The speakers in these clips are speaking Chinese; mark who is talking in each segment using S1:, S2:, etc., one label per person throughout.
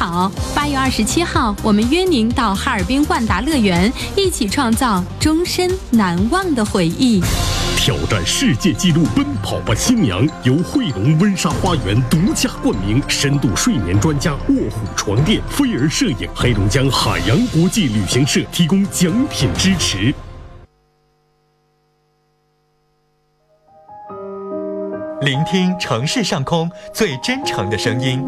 S1: 好，八月二十七号，我们约您到哈尔滨万达乐园，一起创造终身难忘的回忆。
S2: 挑战世界纪录《奔跑吧新娘》由汇龙温莎花园独家冠名，深度睡眠专家卧虎床垫、飞儿摄影、黑龙江海洋国际旅行社提供奖品支持。
S3: 聆听城市上空最真诚的声音，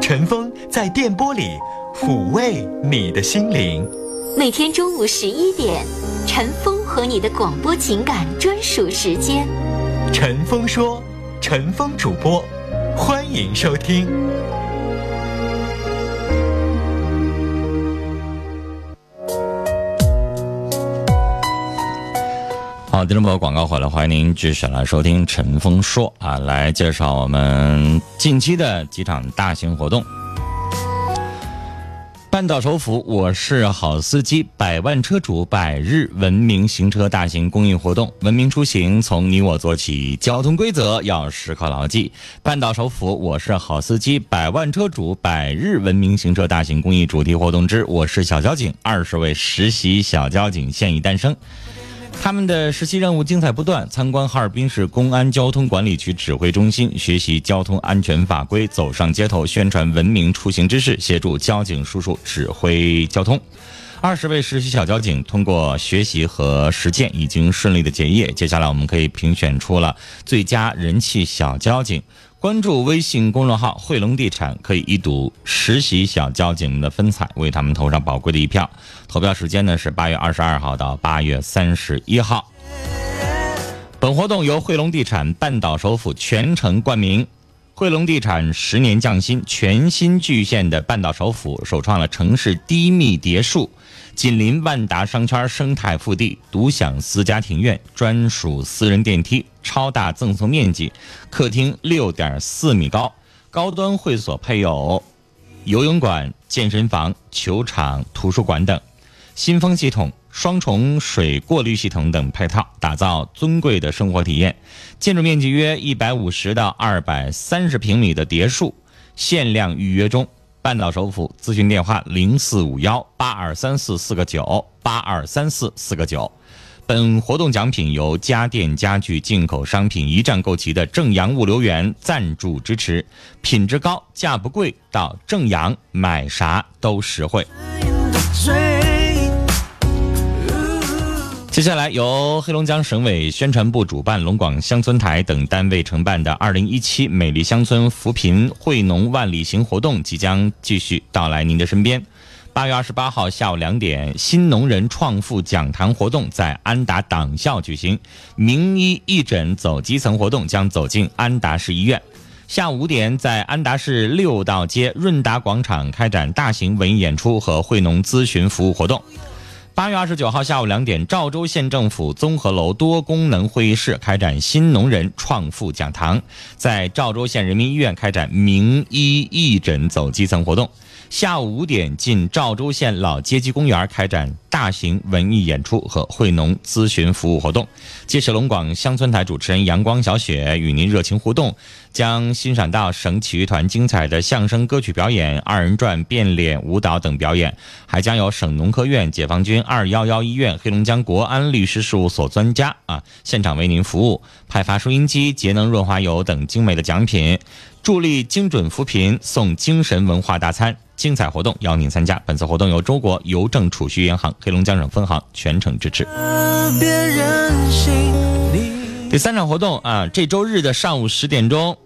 S3: 陈峰在电波里抚慰你的心灵。
S4: 每天中午十一点，陈峰和你的广播情感专属时间。
S3: 陈峰说：“陈峰主播，欢迎收听。”
S5: 好，听众朋友，广告回来，欢迎您继续来收听《陈峰说》啊，来介绍我们近期的几场大型活动。半岛首府，我是好司机，百万车主百日文明行车大型公益活动，文明出行从你我做起，交通规则要时刻牢记。半岛首府，我是好司机，百万车主百日文明行车大型公益主题活动之我是小交警，二十位实习小交警现已诞生。他们的实习任务精彩不断，参观哈尔滨市公安交通管理局指挥中心，学习交通安全法规，走上街头宣传文明出行知识，协助交警叔叔指挥交通。二十位实习小交警通过学习和实践，已经顺利的结业。接下来我们可以评选出了最佳人气小交警。关注微信公众号“汇龙地产”，可以一睹实习小交警们的风采，为他们投上宝贵的一票。投票时间呢是八月二十二号到八月三十一号。本活动由汇龙地产半岛首府全程冠名。汇龙地产十年匠心，全新巨献的半岛首府，首创了城市第一密别墅，紧邻万达商圈生态腹地，独享私家庭院、专属私人电梯、超大赠送面积，客厅六点四米高，高端会所配有游泳馆、健身房、球场、图书馆等，新风系统。双重水过滤系统等配套，打造尊贵的生活体验。建筑面积约一百五十到二百三十平米的别墅，限量预约中。半岛首府咨询电话零四五幺八二三四四个九八二三四四个九。本活动奖品由家电家具进口商品一站购齐的正阳物流园赞助支持，品质高，价不贵，到正阳买啥都实惠。接下来由黑龙江省委宣传部主办、龙广乡村台等单位承办的“二零一七美丽乡村扶贫惠农万里行”活动即将继续到来您的身边。八月二十八号下午两点，新农人创富讲坛活动在安达党校举行，名医义诊走基层活动将走进安达市医院。下午五点，在安达市六道街润达广场开展大型文艺演出和惠农咨询服务活动。八月二十九号下午两点，赵州县政府综合楼多功能会议室开展新农人创富讲堂，在赵州县人民医院开展名医义诊走基层活动。下午五点，进赵州县老街区公园开展大型文艺演出和惠农咨询服务活动。届时，龙广乡村台主持人阳光小雪与您热情互动，将欣赏到省体育团精彩的相声、歌曲表演、二人转、变脸、舞蹈等表演，还将有省农科院、解放军二幺幺医院、黑龙江国安律师事务所专家啊现场为您服务，派发收音机、节能润滑油等精美的奖品，助力精准扶贫，送精神文化大餐。精彩活动邀您参加。本次活动由中国邮政储蓄银行黑龙江省分行全程支持。第三场活动啊，这周日的上午十点钟，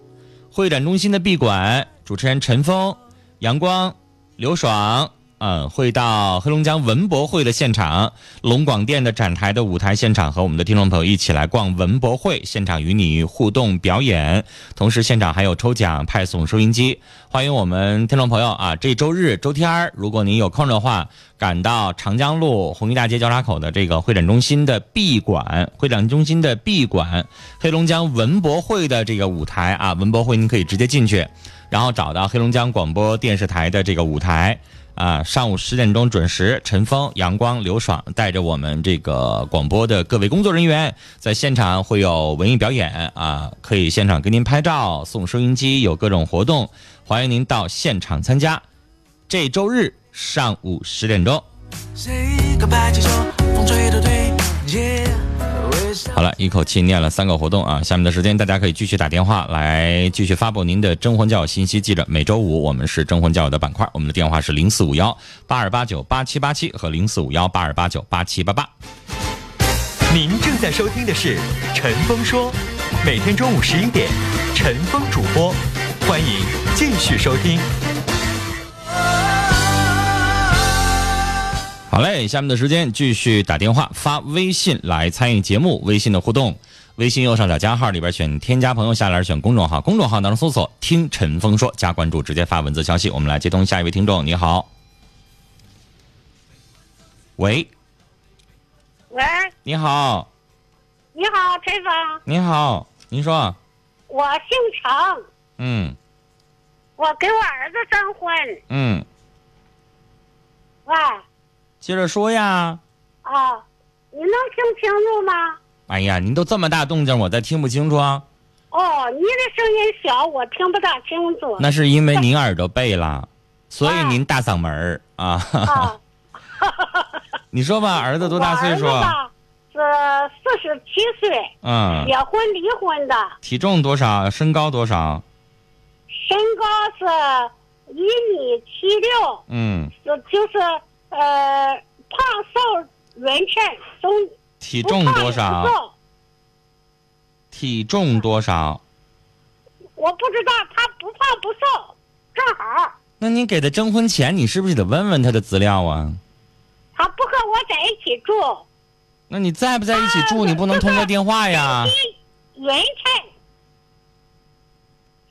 S5: 会展中心的闭馆，主持人陈峰、阳光、刘爽。嗯，会到黑龙江文博会的现场，龙广电的展台的舞台现场，和我们的听众朋友一起来逛文博会现场，与你互动表演。同时，现场还有抽奖、派送收音机，欢迎我们听众朋友啊！这周日、周天儿，如果您有空的话，赶到长江路红旗大街交叉口的这个会展中心的 B 馆，会展中心的 B 馆，黑龙江文博会的这个舞台啊，文博会您可以直接进去，然后找到黑龙江广播电视台的这个舞台。啊，上午十点钟准时，陈峰、阳光、刘爽带着我们这个广播的各位工作人员，在现场会有文艺表演啊，可以现场给您拍照、送收音机，有各种活动，欢迎您到现场参加。这周日上午十点钟。
S6: Say goodbye，接受风吹的对，耶、微笑
S5: 好了，一口气念了三个活动啊！下面的时间大家可以继续打电话来继续发布您的征婚交友信息。记着，每周五我们是征婚交友的板块，我们的电话是零四五幺八二八九八七八七和零四五幺八二八九八七八八。
S3: 您正在收听的是《陈峰说》，每天中午十一点，陈峰主播，欢迎继续收听。
S5: 好嘞，下面的时间继续打电话、发微信来参与节目，微信的互动，微信右上角加号里边选添加朋友，下栏选公众号，公众号当中搜索“听陈峰说”，加关注，直接发文字消息。我们来接通下一位听众，你好，喂，
S7: 喂，
S5: 你好，
S7: 你好，陈峰，
S5: 你好，您说，
S7: 我姓程，
S5: 嗯
S7: 我给我儿子征婚。
S5: 嗯，
S7: 喂，
S5: 接着说呀。
S7: 啊，你能听清楚吗？
S5: 哎呀，您都这么大动静，我再听不清楚啊，
S7: 哦，你的声音小，我听不大清楚。
S5: 那是因为您耳朵背 了，所以您大嗓门儿啊。
S7: 啊，
S5: 你说吧，儿子多大岁数啊
S7: 我？儿子吧是四十七岁，
S5: 嗯，
S7: 结婚离婚的，
S5: 体重多少？身高多少？
S7: 身高是一米七六，
S5: 嗯，
S7: 就就是呃胖瘦匀称，中
S5: 体
S7: 体
S5: 重多少？体重多少？
S7: 我不知道他不胖不瘦，正好。
S5: 那你给他征婚前，你是不是得问问他的资料啊？
S7: 他不和我在一起住，
S5: 那你在不在一起
S7: 啊
S5: 住？你不能通过电话呀。
S7: 匀称。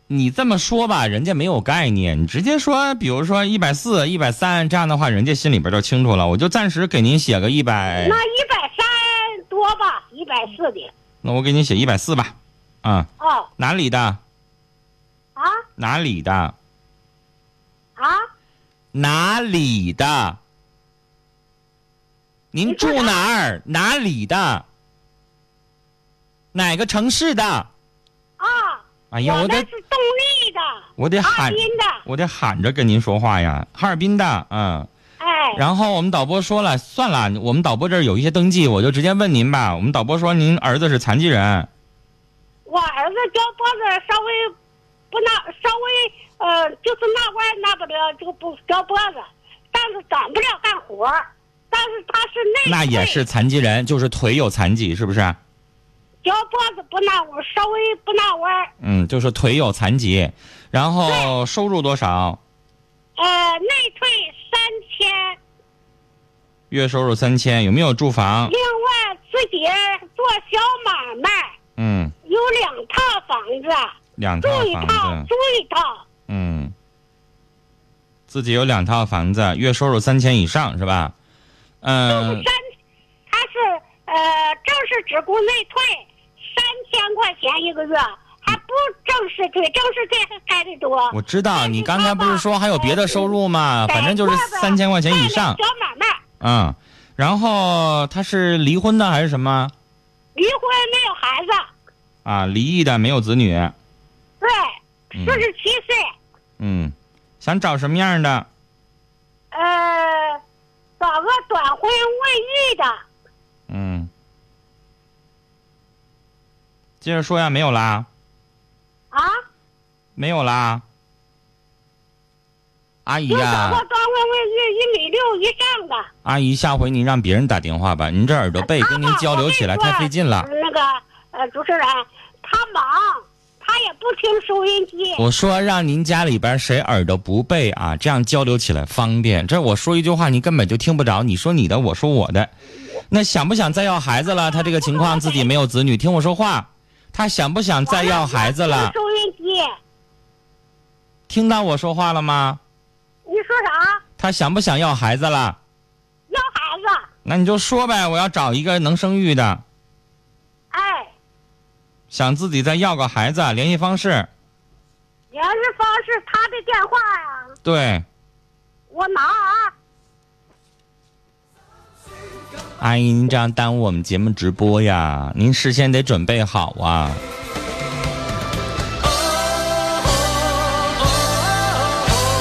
S5: 你这么说吧，人家没有概念。你直接说，比如说一百四、一百三这样的话，人家心里边就清楚了。我就暂时给您写个一百，
S7: 那一百三多吧，一百四的。
S5: 那我给您写一百四吧。啊、
S7: 哦
S5: 哪里的？
S7: 啊
S5: 哪里的？
S7: 啊！
S5: 哪里的？您
S7: 你说
S5: 住
S7: 啥
S5: 哪儿？哪里的？哪个城市的？
S7: 啊！
S5: 哎呀，我
S7: 那
S5: 得
S7: 是动力的，
S5: 我得
S7: 哈尔
S5: 喊，
S7: 滨的。
S5: 我得喊着跟您说话呀，哈尔滨的，嗯。
S7: 哎，
S5: 然后我们导播说了，算了，我们导播这儿有一些登记，我就直接问您吧。我们导播说您儿子是残疾人，
S7: 我儿子腰脖子稍微不那稍微呃，就是那弯儿那不了，就不腰脖子，但是长不了干活儿。但是他是内
S5: 那也
S7: 退
S5: 是残疾人，就是腿有残疾，是不是？
S7: 腰脖子不那稍微不那弯儿，
S5: 嗯，就是腿有残疾。然后收入多少？
S7: 呃，内退三千。
S5: 月收入三千，有没有住房？
S7: 另外自己做小买卖，
S5: 嗯，
S7: 有两套房子，
S5: 两
S7: 住
S5: 套
S7: 一套
S5: 房子
S7: 住，一套。
S5: 嗯，自己有两套房子，月收入三千以上是吧？嗯、
S7: 三，他是呃正式职工内退三千块钱一个月，还不正式退，正式退还开的多。
S5: 我知道你哎刚才不是说还有别的收入
S7: 哎
S5: 吗？反正就是三千块钱以上
S7: 干，点小买卖，
S5: 嗯。然后他是离婚的还是什么
S7: 离婚没有孩子，
S5: 啊？离异的，没有子女，
S7: 对，四十七岁，
S5: 嗯，想找什么样的？
S7: 呃，找个短婚未育的，啊
S5: 嗯，接着说呀，没有啦，
S7: 啊，
S5: 没有啦，阿姨
S7: 就
S5: 哎呀、
S7: 找个短婚未育一米六以上的。
S5: 阿姨，下回您让别人打电话吧，您这耳朵背跟您交流
S7: 啊
S5: 起来太费劲了。
S7: 那个呃，主持人，他忙，他也不听收音机。
S5: 我说让您家里边谁耳朵不背啊，这样交流起来方便。这我说一句话，您根本就听不着，你说你的，我说我的。那想不想再要孩子了？他这个情况自己没有子女，听我说话。他想不想再要孩子
S7: 我
S5: 了
S7: 不听？收音机，
S5: 听到我说话了吗？
S7: 你说啥？
S5: 他想不想要孩子了？
S7: 要孩子？
S5: 那你就说呗，我要找一个能生育的，
S7: 哎，
S5: 想自己再要个孩子，联系方式。
S7: 联系方式他的电话呀、
S5: 对，
S7: 我忙啊。
S5: 阿姨，您这样耽误我们节目直播呀！您事先得准备好啊。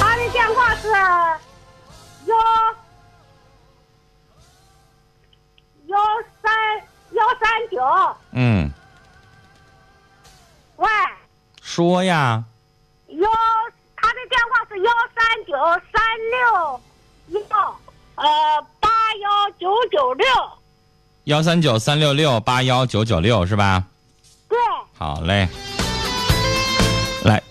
S7: 他的电话是
S5: 嗯，
S8: 喂，
S5: 说呀，
S8: 幺，他的电话是幺三九三六幺呃八幺九九六，
S5: 幺三九三六六八幺九九六是吧？
S8: 对，
S5: 好嘞，来，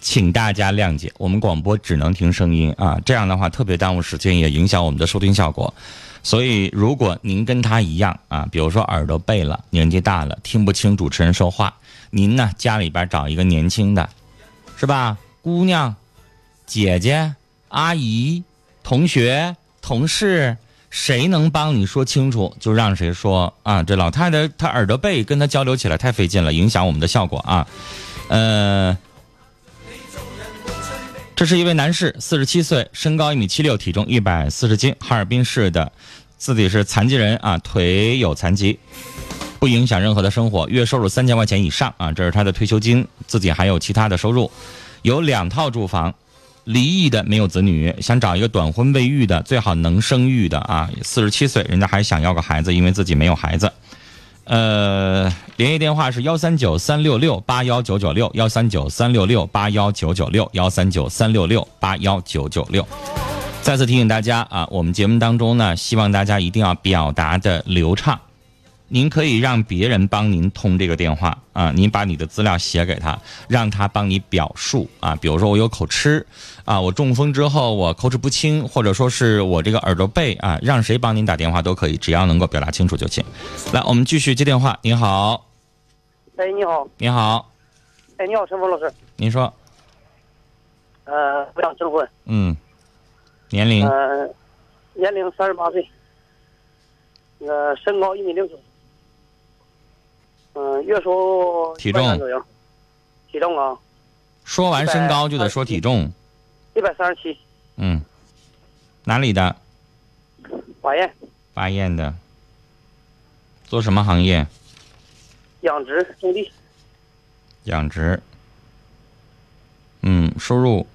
S5: 请大家谅解，我们广播只能听声音啊，这样的话特别耽误时间，也影响我们的收听效果。所以，如果您跟他一样啊，比如说耳朵背了，年纪大了，听不清主持人说话，您呢家里边找一个年轻的，是吧？姑娘、姐姐、阿姨、同学、同事，谁能帮你说清楚，就让谁说啊。这老太太她耳朵背，跟她交流起来太费劲了，影响我们的效果啊。呃，这是一位男士，四十七岁，身高一米七六，体重一百四十斤，哈尔滨市的，自己是残疾人啊，腿有残疾。不影响任何的生活，月收入三千块钱以上啊，这是他的退休金，自己还有其他的收入，有两套住房，离异的没有子女，想找一个短婚未育的，最好能生育的啊。四十七岁，人家还想要个孩子，因为自己没有孩子。呃，联系电话是幺三九三六六八幺九九六，幺三九三六六八幺九九六，幺三九三六六八幺九九六。再次提醒大家啊，我们节目当中呢，希望大家一定要表达的流畅。您可以让别人帮您通这个电话啊，您把你的资料写给他，让他帮你表述啊。比如说我有口吃啊，我中风之后我口齿不清，或者说是我这个耳朵背啊，让谁帮您打电话都可以，只要能够表达清楚就行。来，我们继续接电话。您好，
S7: 哎，你好，
S5: 您好，
S7: 哎，你好，陈峰老师，
S5: 您说，
S7: 呃，我想征婚，
S5: 嗯，年龄
S7: 呃，年龄三十八岁，呃，身高一米六九，嗯、月收
S5: 体重
S7: 130左右，体重啊，
S5: 说完身高就得说体重，
S7: 一百三十七，
S5: 嗯，哪里的？
S7: 法院
S5: 巴彦的，做什么行业？
S7: 养殖种地，
S5: 养殖。嗯，收入，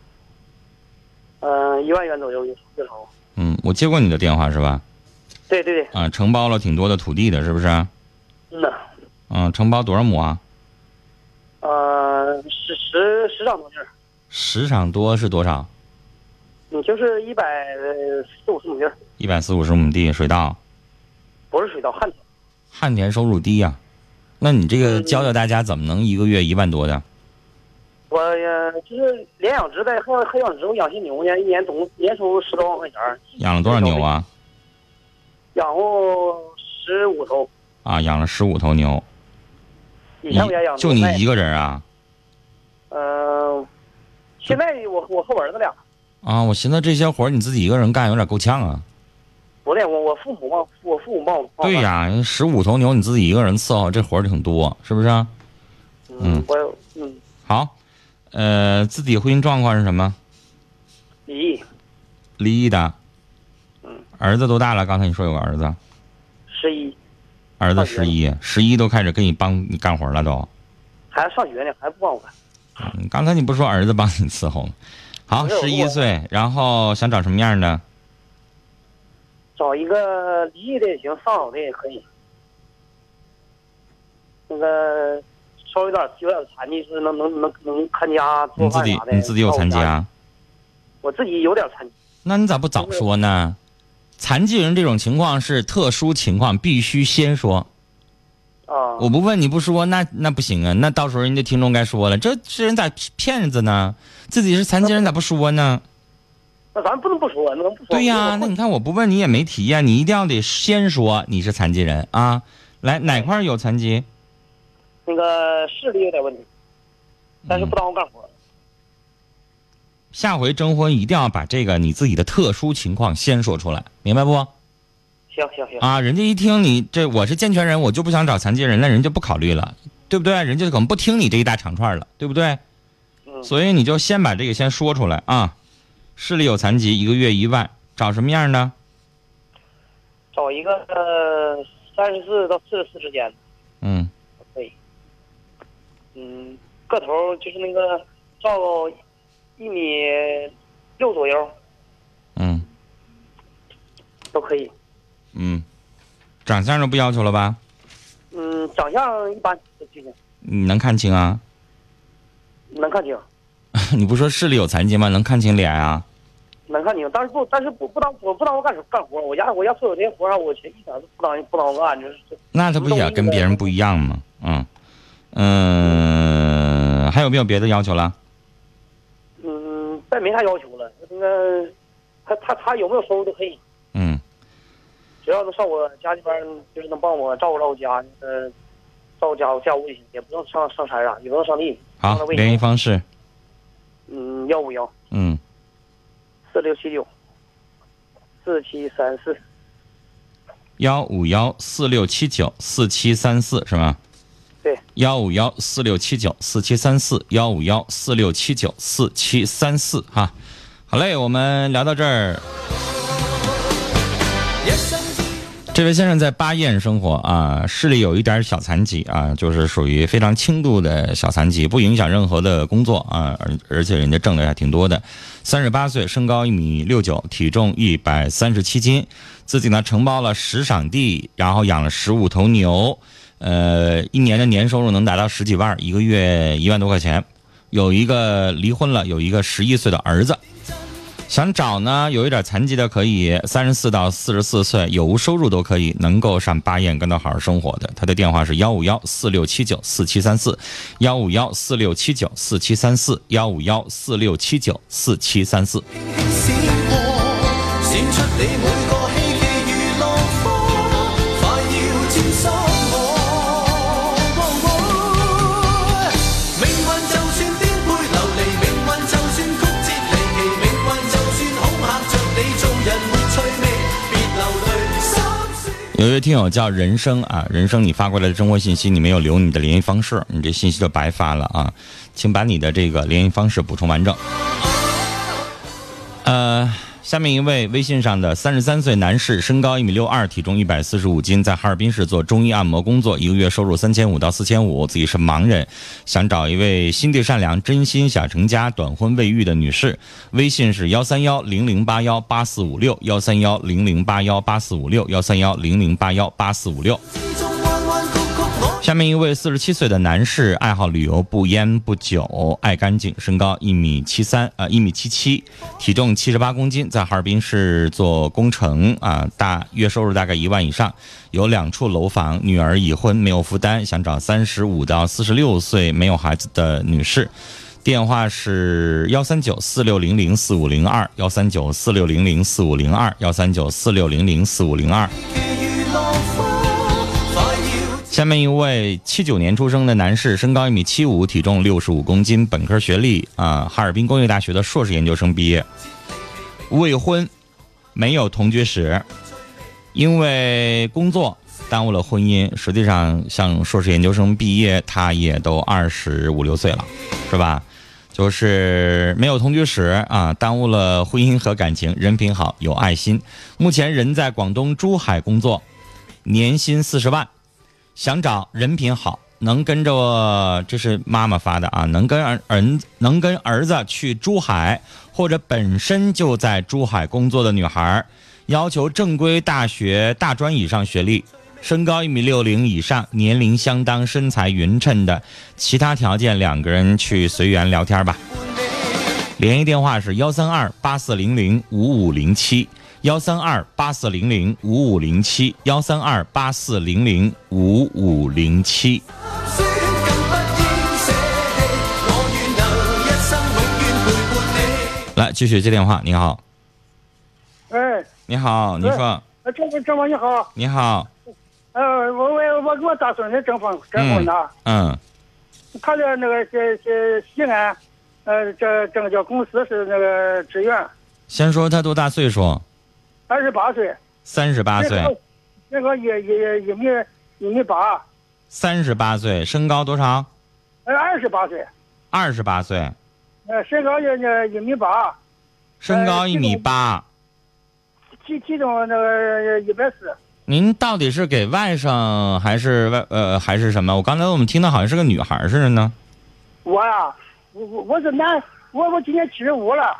S7: 呃，一万元左右月月收，
S5: 嗯，我接过你的电话是吧？
S7: 对对对，
S5: 啊，承包了挺多的土地的，是不是？
S7: 嗯呐，
S5: 嗯，承包多少亩啊？
S7: 呃，十十十张多地儿，
S5: 十场多是多少？
S7: 你就是一百四五十亩地儿，
S5: 一百四五十亩地，水稻，
S7: 不是水稻，旱地，
S5: 旱田收入低呀、那你这个教教大家怎么能一个月一万多的？
S7: 我呃就是连养殖带还还养殖，我养些牛呢，一年总年收入十多万块钱儿，
S5: 养了多少牛啊？
S7: 养过十五头，
S5: 啊，养了十五头牛，
S7: 以前我家养
S5: 就你一个
S7: 个，
S5: 人啊？
S7: 呃，现在我我和我儿子俩，
S5: 啊，我寻思这些活儿你自己一个人干有点够呛啊。
S7: 不对，我我父母帮，我父母帮我。
S5: 对呀，十五头牛你自己一个人伺候，这活儿挺多，是不是啊？嗯
S7: 嗯，我嗯
S5: 好，呃，自己婚姻状况是什么？
S7: 离异，
S5: 离异的。
S7: 嗯。
S5: 儿子多大了？刚才你说有个儿子，
S7: 十一，
S5: 儿子
S7: 上学
S5: 十一，十一都开始跟你帮你干活了都。
S7: 孩子上学呢，还不帮我干。
S5: 嗯刚才你不是说儿子帮你伺候吗？好，
S7: 没有
S5: 十一
S7: 我
S5: 岁，然后想找什么样的？
S7: 找一个离异的也行，丧偶的也可以。那个稍微有点有点残疾，就是能能能能看家
S5: 你
S7: 做
S5: 自
S7: 饭
S5: 己
S7: 啥的。
S5: 你自己有残疾
S7: 照顾家？
S5: 啊？
S7: 我自己有点残疾，
S5: 那你咋不早说呢？残疾人这种情况是特殊情况，必须先说。
S7: 啊，
S5: 我不问你不说，那那不行啊！那到时候人家听众该说了，这这人咋骗子呢？自己是残疾人咋不说呢？
S7: 那咱不能不说，能不说？
S5: 对呀、
S7: 我
S5: 那你看我不问你也没提呀、你一定要得先说你是残疾人啊！来，哪块儿有残疾？
S7: 那个视力有点问题，
S5: 嗯
S7: 但是不耽误干活。
S5: 下回征婚一定要把这个你自己的特殊情况先说出来，明白不？
S7: 行行行，
S5: 啊，人家一听你这我是健全人，我就不想找残疾人，那人就不考虑了，对不对？人家可能不听你这一大长串了，对不对？
S7: 嗯，
S5: 所以你就先把这个先说出来啊。视力有残疾，一个月一万，找什么样的？
S7: 找一个三十四到四十四之间的，
S5: 嗯，
S7: 可以。嗯，个头就是那个到一米六左右
S5: 嗯
S7: 都可以。
S5: 嗯，长相就不要求了吧？
S7: 嗯，长相一般，就行，
S5: 你能看清啊？
S7: 能看清，
S5: 你不说视力有残疾吗？能看清脸啊？
S7: 能看清。但是不，但是不不当我不当我干干活，我家我家所有这些活儿啊，我全一点都不当不当我干，就是
S5: 那他不也跟别人不一样吗？嗯，嗯、还有没有别的要求了？
S7: 嗯，再没啥要求了。那个他他他有没有收入都可以，
S5: 嗯，
S7: 只要能上我家这边儿，就是能帮我照顾照顾家，呃，照顾家务家务就行，也不用上上山啥，也不用上地，
S5: 好
S7: 上，那卫
S5: 联系方式，
S7: 嗯，幺五幺
S5: 嗯，
S7: 四六七九四七三四，
S5: 幺五幺四六七九四七三四是吗？
S7: 对，
S5: 幺五幺四六七九四七三四，幺五幺四六七九四七三四哈。好嘞，我们聊到这儿。这位先生在巴彦生活啊，视力有一点小残疾啊，就是属于非常轻度的小残疾，不影响任何的工作啊，而而且人家挣的还挺多的。三十八岁，身高一米六九，体重一百三十七斤，自己呢承包了十场地，然后养了十五头牛，呃，一年的年收入能达到十几万，一个月一万多块钱。有一个离婚了，有一个十一岁的儿子。想找呢，有一点残疾的可以，三十四到四十四岁，有无收入都可以，能够上巴彦跟他好好生活的。他的电话是幺五幺四六七九四七三四，幺五幺四六七九四七三四，幺五幺四六七九四七三四。
S6: 闪过，闪出你每个希冀如浪花，快要沾濕我。命運就算顛沛流離，命運就算曲折離奇，命運就算恐嚇着你，做人沒趣味，別流淚。心酸
S5: 有一位听友叫人生啊，人生，你发过来的征婚信息，你没有留你的联系方式，你这信息就白发了啊，请把你的这个联系方式补充完整。呃，下面一位微信上的三十三岁男士，身高一米六二，体重一百四十五斤，在哈尔滨市做中医按摩工作，一个月收入三千五到四千五，自己是盲人，想找一位心地善良、真心想成家、短婚未育的女士。微信是幺三幺零零八幺八四五六，幺三幺零零八幺八四五六，幺三幺零零八幺八四五六。
S6: 之中彎彎曲曲，我
S5: 下面一位四十七岁的男士，爱好旅游，不烟不酒，爱干净，身高一米七三，呃，一米七七，体重七十八公斤，在哈尔滨市做工程啊、大月收入大概一万以上，有两处楼房，女儿已婚，没有负担，想找三十五到四十六岁没有孩子的女士。电话是幺三九四六零零四五零二，幺三九四六零零四五零二，幺三九四六零零四五零二。
S6: 如浪花，快要。
S5: 下面一位七九年出生的男士，身高一米七五，体重六十五公斤，本科学历啊、哈尔滨工业大学的硕士研究生毕业，未婚，没有同居史，因为工作耽误了婚姻。实际上，像硕士研究生毕业，他也都二十五六岁了，是吧？就是没有同居史啊，耽误了婚姻和感情。人品好，有爱心，目前人在广东珠海工作，年薪四十万。想找人品好，能跟着这是妈妈发的啊，能跟儿儿能跟儿子去珠海，或者本身就在珠海工作的女孩儿，要求正规大学大专以上学历，身高一米六零以上，年龄相当，身材匀称的，其他条件两个人去随缘聊天吧。联系电话是幺三二八四零零五五零七，幺三二八四零零五五零七，幺三二八四零零五五零七。
S6: 酸更不應捨棄，我願留一生，永遠陪伴你。
S5: 来，继续接电话。你好，
S7: 哎，
S5: 你好，你说，
S7: 啊，郑郑王你好，
S5: 你好，
S7: 呃，我我我给我大孙子征婚征婚
S5: 嗯
S7: 呢，
S5: 嗯
S7: 他的啊那个这这西安，呃，这这个叫公司是那个职员，
S5: 先说他多大岁数？
S7: 二十八岁，
S5: 三十八
S7: 那
S5: 岁，
S7: 个那个也也也米一米八，
S5: 三十八岁，身高多少？
S7: 呃，二十八岁，
S5: 二十八岁，
S7: 呃，身高也也一米八，
S5: 身高
S7: 呃
S5: 一米
S7: 这个
S5: 八。
S7: 体体重那
S9: 呃
S7: 个一百四，
S5: 您到底是给外甥还是外呃还是什么？我刚才我们听到好像是个女孩似的呢。
S7: 我呀，我我我是男，我我今年七十五了，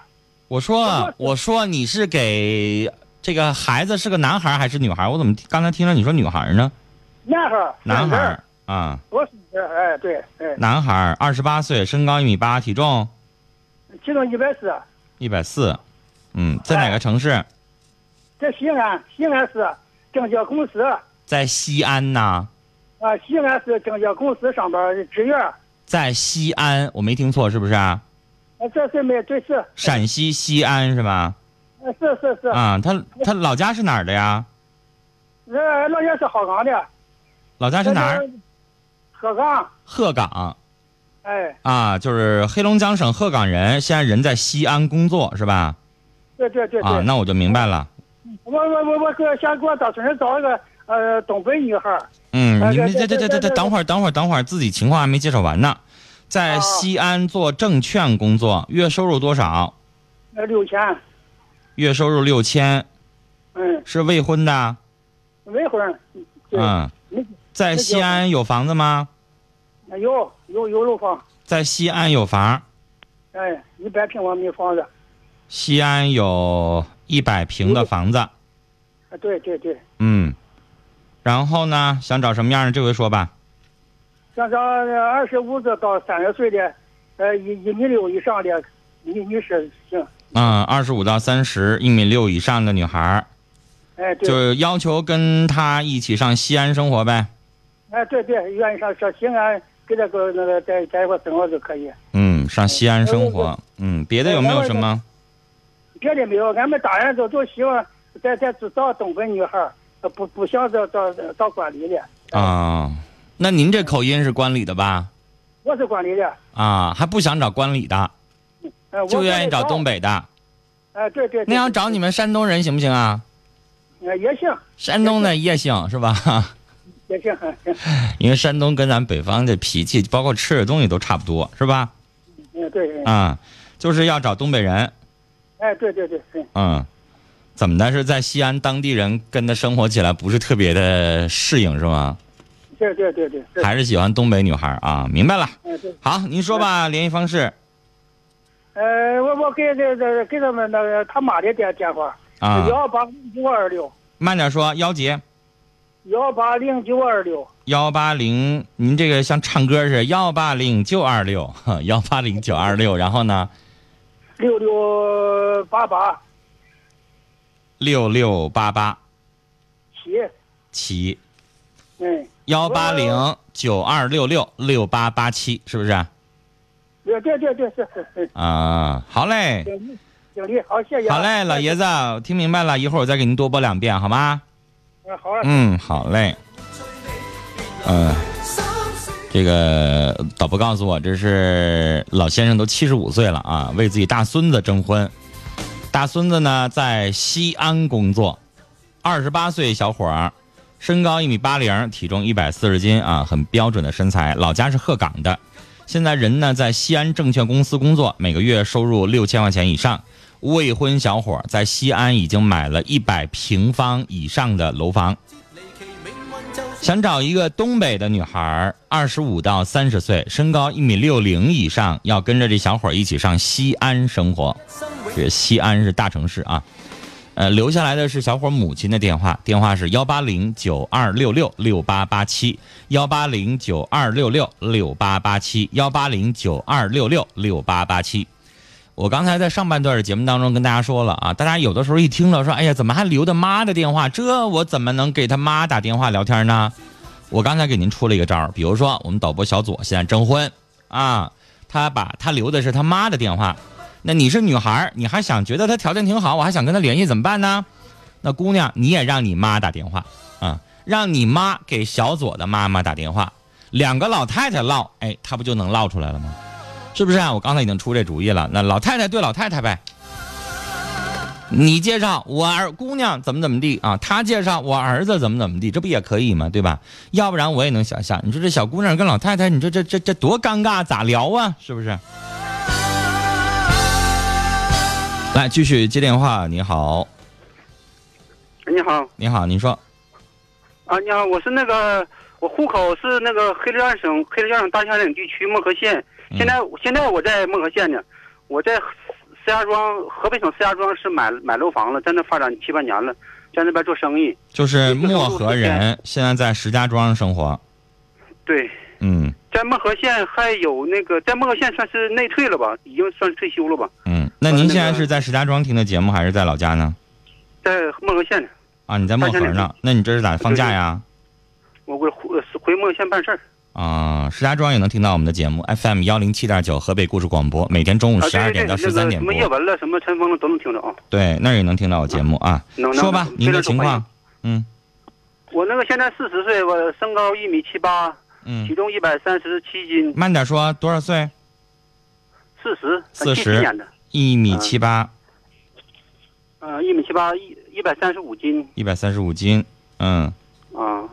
S5: 我说，啊我说你是给这个孩子是个男孩还是女孩？我怎么刚才听着你说女孩呢？
S7: 男孩儿，
S5: 男孩
S7: 儿，
S5: 儿啊，
S9: 我是这哎对哎，
S5: 男孩，二十八岁，身高一米八，体重
S9: 体重一百四，
S5: 一百四，
S9: 哎
S5: 嗯，在哪个城市？
S9: 在西安西安市证交公司
S5: 在西安呐，
S9: 啊，西安市证交公司上班职员，啊，
S5: 在西安，我没听错是不是啊？
S9: 这是没对是，
S5: 陕西西安是吧？
S9: 呃是是是，
S5: 啊，他他老家是哪儿的呀？
S9: 那呃老家是鹤岗的，
S5: 老家是哪儿？？
S9: 鹤岗，
S5: 鹤岗
S9: 哎，
S5: 啊，就是黑龙江省鹤岗人，现在人在西安工作是吧？
S9: 对对对对，
S5: 啊，那我就明白了。
S9: 我我我我给想给我到村里找一个呃东北女孩儿，
S5: 嗯，
S9: 哎
S5: 你们这
S9: 对
S5: 这
S9: 对
S5: 这这
S9: 对
S5: 这，
S9: 对
S5: 等会儿等会儿等会儿，自己情况还没介绍完呢。在
S9: 哦
S5: 西安做证券工作，月收入多少？
S9: 呃六千，
S5: 月收入六千，
S9: 嗯，
S5: 是未婚的。
S9: 未婚，对，
S5: 嗯，在西安有房子吗？
S9: 有有有楼房，
S5: 在西安有房，
S9: 哎，一百平方米房子，
S5: 西安有一百平的房子。
S9: 啊对对对，
S5: 嗯，然后呢，想找什么样的？这回说吧。
S9: 像咱二十五岁到三十岁的，呃一一米六以上的女女士行，
S5: 嗯，二十五到三十，一米六以上的女孩儿，
S9: 哎对，
S5: 就要求跟她一起上西安生活呗。
S9: 哎，对对，愿意上上西安给他个那个在在一块生活就可以，
S5: 嗯，上西安生活。嗯，别的有没有什么？
S9: 别的没有。俺们当然都都希望在在找东北女孩儿，呃不不想找找找管理的。
S5: 啊、那您这口音是关里的吧？
S9: 我是管理的，
S5: 啊，还不想找关里的，
S9: 呃，
S5: 就愿意找东
S9: 北。
S5: 北的。
S9: 哎、对对
S5: 那要找你、们山东人行不行啊？
S9: 呃也行，
S5: 山东的也行是吧？
S9: 也行，嗯
S5: 因为山东跟咱北方的脾气，包括吃的东西都差不多，是吧？
S9: 嗯，对，哎、
S5: 啊、就是要找东北人。
S9: 对对对，嗯
S5: 嗯，怎么的？是在西安当地人跟他生活起来不是特别的适应是吗？
S9: 对对对对，对
S5: 还是喜欢东北女孩啊？明白了。
S9: 哎对，
S5: 好，您说吧，联系方式
S9: 呃，我我给这这给他们那个他妈的电电话，
S5: 啊。
S9: 幺八零九二六，
S5: 慢点说，幺姐，
S9: 幺八零九二六，
S5: 幺八零，您这个像唱歌似的，幺八零九二六， 幺八零九二六，然后呢，
S9: 六六八八
S5: 六六八八
S9: 七，
S5: 七，
S7: 哎
S9: 嗯，
S5: 幺八零九二六六六八八七，是不是？
S9: 对对对对是是是，
S5: 啊，好嘞，
S9: 经理经理好，谢谢啊，
S5: 好嘞，老爷
S9: 子，
S5: 子，我听明白了，一会儿我再给您多播两遍，好吗？
S9: 嗯好嘞。
S5: 嗯，好嘞。嗯、这个导播告诉我，这是老先生都七十五岁了啊，为自己大孙子征婚。大孙子呢在西安工作，二十八岁小伙儿，身高一米八零，体重一百四十斤啊，很标准的身材。老家是鹤岗的，现在人呢在西安证券公司工作，每个月收入六千块钱以上。未婚小伙儿在西安已经买了一百平方以上的楼房。想找一个东北的女孩，二十五到三十岁，身高一米六零以上，要跟着这小伙儿一起上西安生活。这个西安是大城市啊。呃，留下来的是小伙儿母亲的电话，电话是幺八零九二六六六八八七，幺八零九二六六六八八七，幺八零九二六六六八八七。我刚才在上半段的节目当中跟大家说了啊，大家有的时候一听到说，哎呀，怎么还留的妈的电话？这我怎么能给他妈打电话聊天呢？我刚才给您出了一个招儿，比如说我们导播小左现在征婚啊，他把他留的是他妈的电话，那你是女孩儿，你还想觉得他条件挺好，啊我还想跟他联系，怎么办呢？那姑娘，你也让你妈打电话啊，让你妈给小左的妈妈打电话，两个老太太唠，哎，他不就能唠出来了吗？是不是啊？我刚才已经出这主意了，那老太太对老太太呗。你介绍我儿姑娘怎么怎么地啊？她介绍我儿子怎么怎么地，这不也可以吗？对吧？要不然我也能想象，你说这小姑娘跟老太太，你说这这这多尴尬，咋聊啊？是不是？来，继续接电话。你好，
S7: 你好
S5: 你好，您说
S7: 啊，你好，我是那个，我户口是那个黑龙江省黑龙江省大兴安岭地区漠河县，现在、现在我在漠河县呢，我在石家庄河北省石家庄市买买楼房了，在那发展七八年了，在那边做生意，
S5: 就是漠河人，现在在石家庄生活。
S7: 对，
S5: 嗯
S7: 在漠河县还有那个，在漠河县算是内退了吧，已经算是退休了吧，
S5: 嗯。那您现在是在石家庄听的节目，还是在老家呢？
S7: 在漠河县呢，
S5: 啊，你在漠河
S7: 发现
S5: 呢
S7: 了？
S5: 那你这是咋放假呀？
S7: 我回回回漠河县办事儿。
S5: 啊、石家庄也能听到我们的节目，FM 幺零七点九河北故事广播，每天中午
S7: 啊，
S5: 嗯十二
S7: 对对
S5: 点
S7: 对，
S5: 到
S7: 那
S5: 十
S7: 个
S5: 三点
S7: 什
S5: 播
S7: 么。叶文了，什么陈峰了，都能听着啊。
S5: 对，那儿也能听到我节目啊。
S7: 能能
S5: 说吧
S7: 能，
S5: 您的
S7: 非常受
S5: 情况
S7: 欢。
S5: 嗯
S7: 我那个现在四十岁，我身高一米七八，体
S5: 嗯，
S7: 重一百三十七斤，
S5: 慢点说，多少岁？
S7: 四十，
S5: 40
S7: 七七年的，
S5: 一米七八，
S7: 嗯，一米七八，一一百三十五斤
S5: 一百三十五斤。嗯
S7: 啊。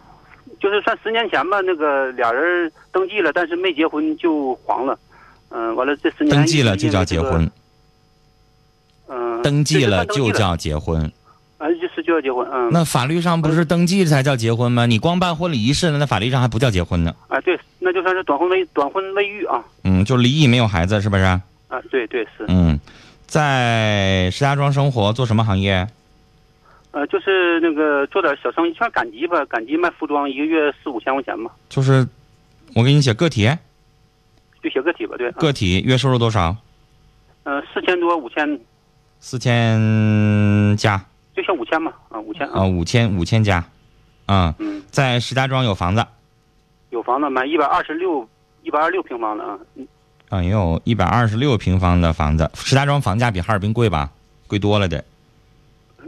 S7: 就是算十年前吧，那个俩人登记了，但是没结婚就黄了，嗯、完了这十年
S5: 登记了
S7: 一
S5: 就
S7: 直因为
S5: 叫
S7: 这
S5: 结
S7: 个
S5: 婚，，
S7: 嗯、
S5: 登记
S7: 对
S5: 了
S7: 算登记
S5: 就
S7: 了，
S5: 叫结婚。
S7: 啊，就是就要结婚，嗯，
S5: 那法律上不是登记才叫结婚吗？你光办婚礼仪式了，那法律上还不叫结婚呢。
S7: 啊，对，那就算是短婚未短婚未育啊，
S5: 嗯，就离异没有孩子是不是？
S7: 啊，对对是，
S5: 嗯，在石家庄生活做什么行业？
S7: 呃，就是那个做点小生意，像赶集吧，赶集卖服装，一个月四五千块钱吧，
S5: 就是我给你写个体，
S7: 就写个体吧，对，
S5: 个体月收入多少？
S7: 嗯，四千多五千，
S5: 四千加
S7: 就像五千嘛，啊，五千
S5: 啊，
S7: 啊，
S5: 五千五千加，啊、
S7: 嗯，
S5: 在石家庄有房子，
S7: 有房子买一百二十六，一百二十六平方的啊，嗯
S5: 啊，也有一百二十六平方的房子。石家庄房价比哈尔滨贵吧？贵多了得。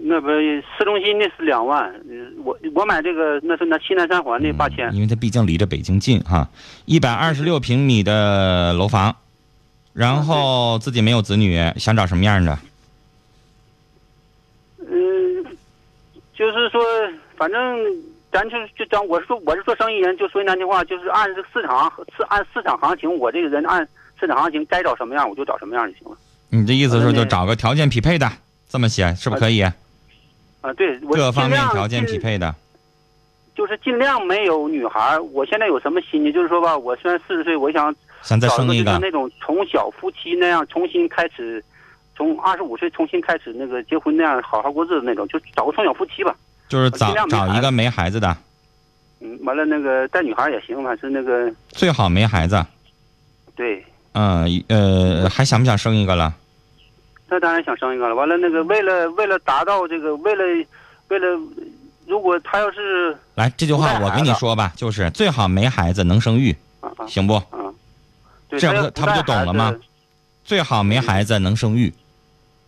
S7: 那不市中心那是两万，呃我我买这个那是那西南三环的八千
S5: 嗯，因为它毕竟离着北京近哈。一百二十六平米的楼房，然后自己没有子女，想找什么样的？
S7: 嗯，就是说，反正咱就是就当我是说我是做生意人，就说难听话，就是按这个市场市按市场行情，我这个人按市场行情该找什么样我就找什么样就行了。
S5: 你的意思是
S7: 嗯
S5: 就找个条件匹配的，这么写是不是可以？
S7: 啊，对，我
S5: 各方
S7: 尽
S5: 面
S7: 量
S5: 条件匹
S7: 尽
S5: 配的。
S7: 就是尽量没有女孩儿。我现在有什么心情，就是说吧，我虽然四十岁，我想
S5: 想再
S7: 找
S5: 生
S7: 一
S5: 一
S7: 个就是
S5: 个，
S7: 那种从小夫妻那样重新开始，从二十五岁重新开始那个结婚那样好好过日子那种，就找个从小夫妻吧。
S5: 就是
S7: 尽
S5: 找
S7: 量没
S5: 找一
S7: 孩
S5: 个没孩子的，
S7: 嗯，完了那个带女孩儿也行，反正那个
S5: 最好没孩子。
S7: 对。
S5: 嗯一呃，还想不想生一个了？
S7: 那当然想生一个了。完了，那个为了为了达到这个，为了为了，如果他要是
S5: 来，这句话
S7: 不带
S5: 我
S7: 孩
S5: 跟你
S7: 子
S5: 说吧，就是最好没孩子，能生育，
S7: 啊啊
S5: 行不？
S7: 啊，对，
S5: 这样
S7: 他
S5: 不
S7: 要
S5: 他不就懂了吗
S7: 带孩子？
S5: 最好没孩子能生育，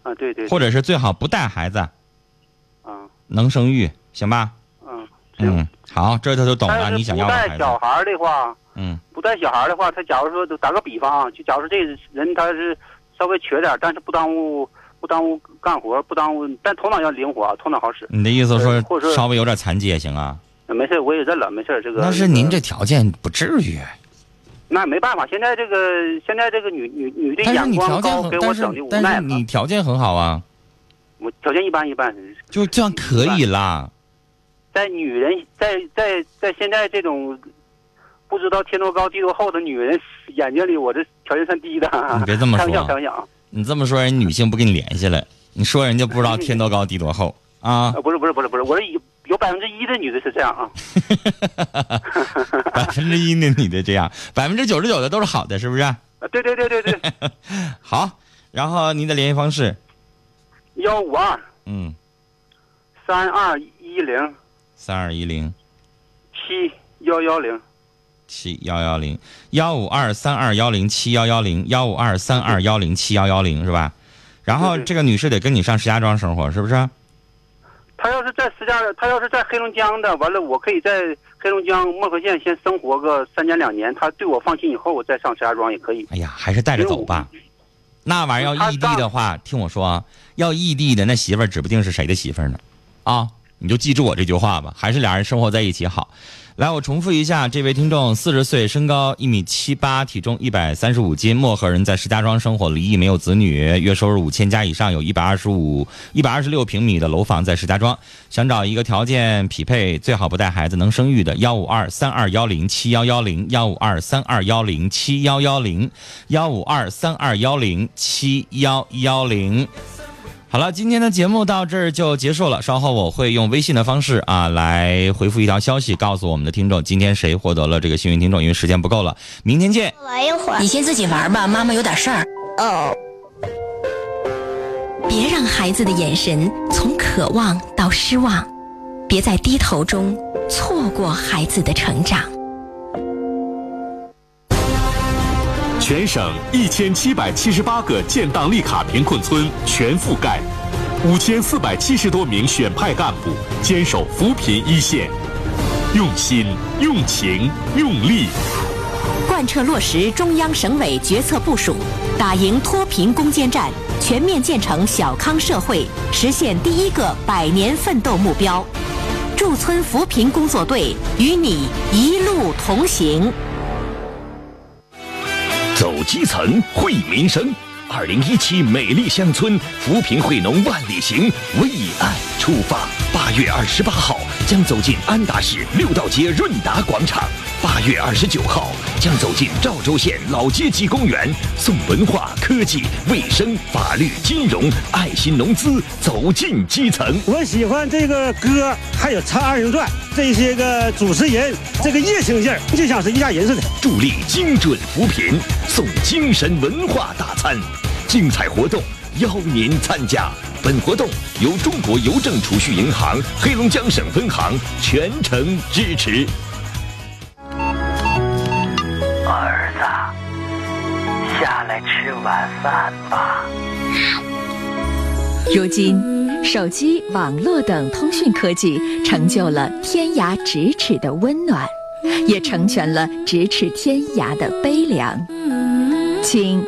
S7: 啊，对对，
S5: 或者是最好不带孩子
S7: 啊
S5: 能生育，行吧？
S7: 嗯行。
S5: 嗯，好，这他就懂
S7: 他
S5: 了。
S7: 要
S5: 你
S7: 是
S5: 想
S7: 不
S5: 要个
S7: 带
S5: 孩子
S7: 小，孩儿的话，
S5: 嗯，
S7: 不带小孩儿的话，他假如说就打个比方啊，就假如说这人他是稍微缺点儿，但是不耽误不耽误干活，不耽误，但头脑要灵活啊，头脑好使。
S5: 你的意思说
S7: 呃或者是
S5: 稍微有点残疾也行啊？
S7: 没事，我也认了，没事儿。这个
S5: 但是您这条件不至于，
S7: 那没办法，现在这个现在这个女女女的
S5: 但是
S7: 眼
S5: 你条
S7: 光
S5: 件
S7: 高，
S5: 很
S7: 给，我
S5: 但是
S7: 整的无
S5: 但
S7: 奈
S5: 是
S7: 了。
S5: 你条件很好啊，
S7: 我条件一般一般，
S5: 就这
S7: 嗯
S5: 样可以啦。
S7: 在女人在在在现在这种不知道天多高地多厚的女人眼睛里，我这条件算低的。
S5: 你别这么说
S7: 开玩笑，开玩笑啊！
S5: 你这么说，人女性不跟你联系了，你说人家不知
S7: 嗯
S5: 道天多高地多厚啊？
S7: 呃不是不是不是不是，我是有有百分之一的女的是这样啊。
S5: 百分之一的你的这样，百分之九十九的都是好的，是不是？
S7: 啊对对对 对对，
S5: 好，然后您的联系方式，
S7: 幺五二
S5: 嗯，
S7: 三二一零
S5: 三二一零
S7: 七幺幺零。
S5: 七幺幺零幺五二三二幺零七幺幺零幺五二三二幺零七幺幺零是吧？然后
S7: 对对
S5: 这个女士得跟你上石家庄生活，是不啊是？
S7: 她要是在石家，她要是在黑龙江的，完了我可以在黑龙江漠河县先生活个三年两年，她对我放心以后，我再上石家庄也可以。
S5: 哎呀，还是带着走吧。那玩意儿要异地的话，听我说啊，要异地的那媳妇儿指不定是谁的媳妇儿呢，啊，你就记住我这句话吧，还是俩人生活在一起好。来，我重复一下，这位听众四十岁，身高一米七八，体重一百三十五斤，漠河人，在石家庄生活，离异，没有子女，月收入五千加以上，有一百二十五、一百二十六平米的楼房在石家庄，想找一个条件匹配，最好不带孩子，能生育的，幺五二三二幺零七幺幺零，幺五二三二幺零七幺幺零，幺五二三二幺零七幺幺零。好了，今天的节目到这儿就结束了。稍后我会用微信的方式啊来回复一条消息，告诉我们的听众今天谁获得了这个幸运听众，因为时间不够了，明天见。
S10: 玩一会儿。
S11: 你先自己玩吧，妈妈有点事儿。
S10: 哦，
S11: 别让孩子的眼神从渴望到失望，别在低头中错过孩子的成长。
S2: 全省一千七百七十八个建档立卡贫困村全覆盖，五千四百七十多名选派干部坚守扶贫一线，用心、用情、用力，
S11: 贯彻落实中央、省委决策部署，打赢脱贫攻坚战，全面建成小康社会，实现第一个百年奋斗目标。驻村扶贫工作队与你一路同行。
S2: 走基层，惠民生。二零一七美丽乡村扶贫惠农万里行为爱出发，八月二十八号将走进安达市六道街润达广场，八月二十九号将走进赵州县老街级公园，送文化、科技、卫生、法律、金融、爱心农资走进基层。
S12: 我喜欢这个歌，还有唱二人转，这些个主持人这个热情劲儿，就像是一家人似的。
S2: 助力精准扶贫，送精神文化大餐。精彩活动邀您参加。本活动由中国邮政储蓄银行黑龙江省分行全程支持。
S13: 儿子，下来吃晚饭吧。
S14: 如今，手机、网络等通讯科技成就了天涯咫尺的温暖，也成全了咫尺天涯的悲凉。请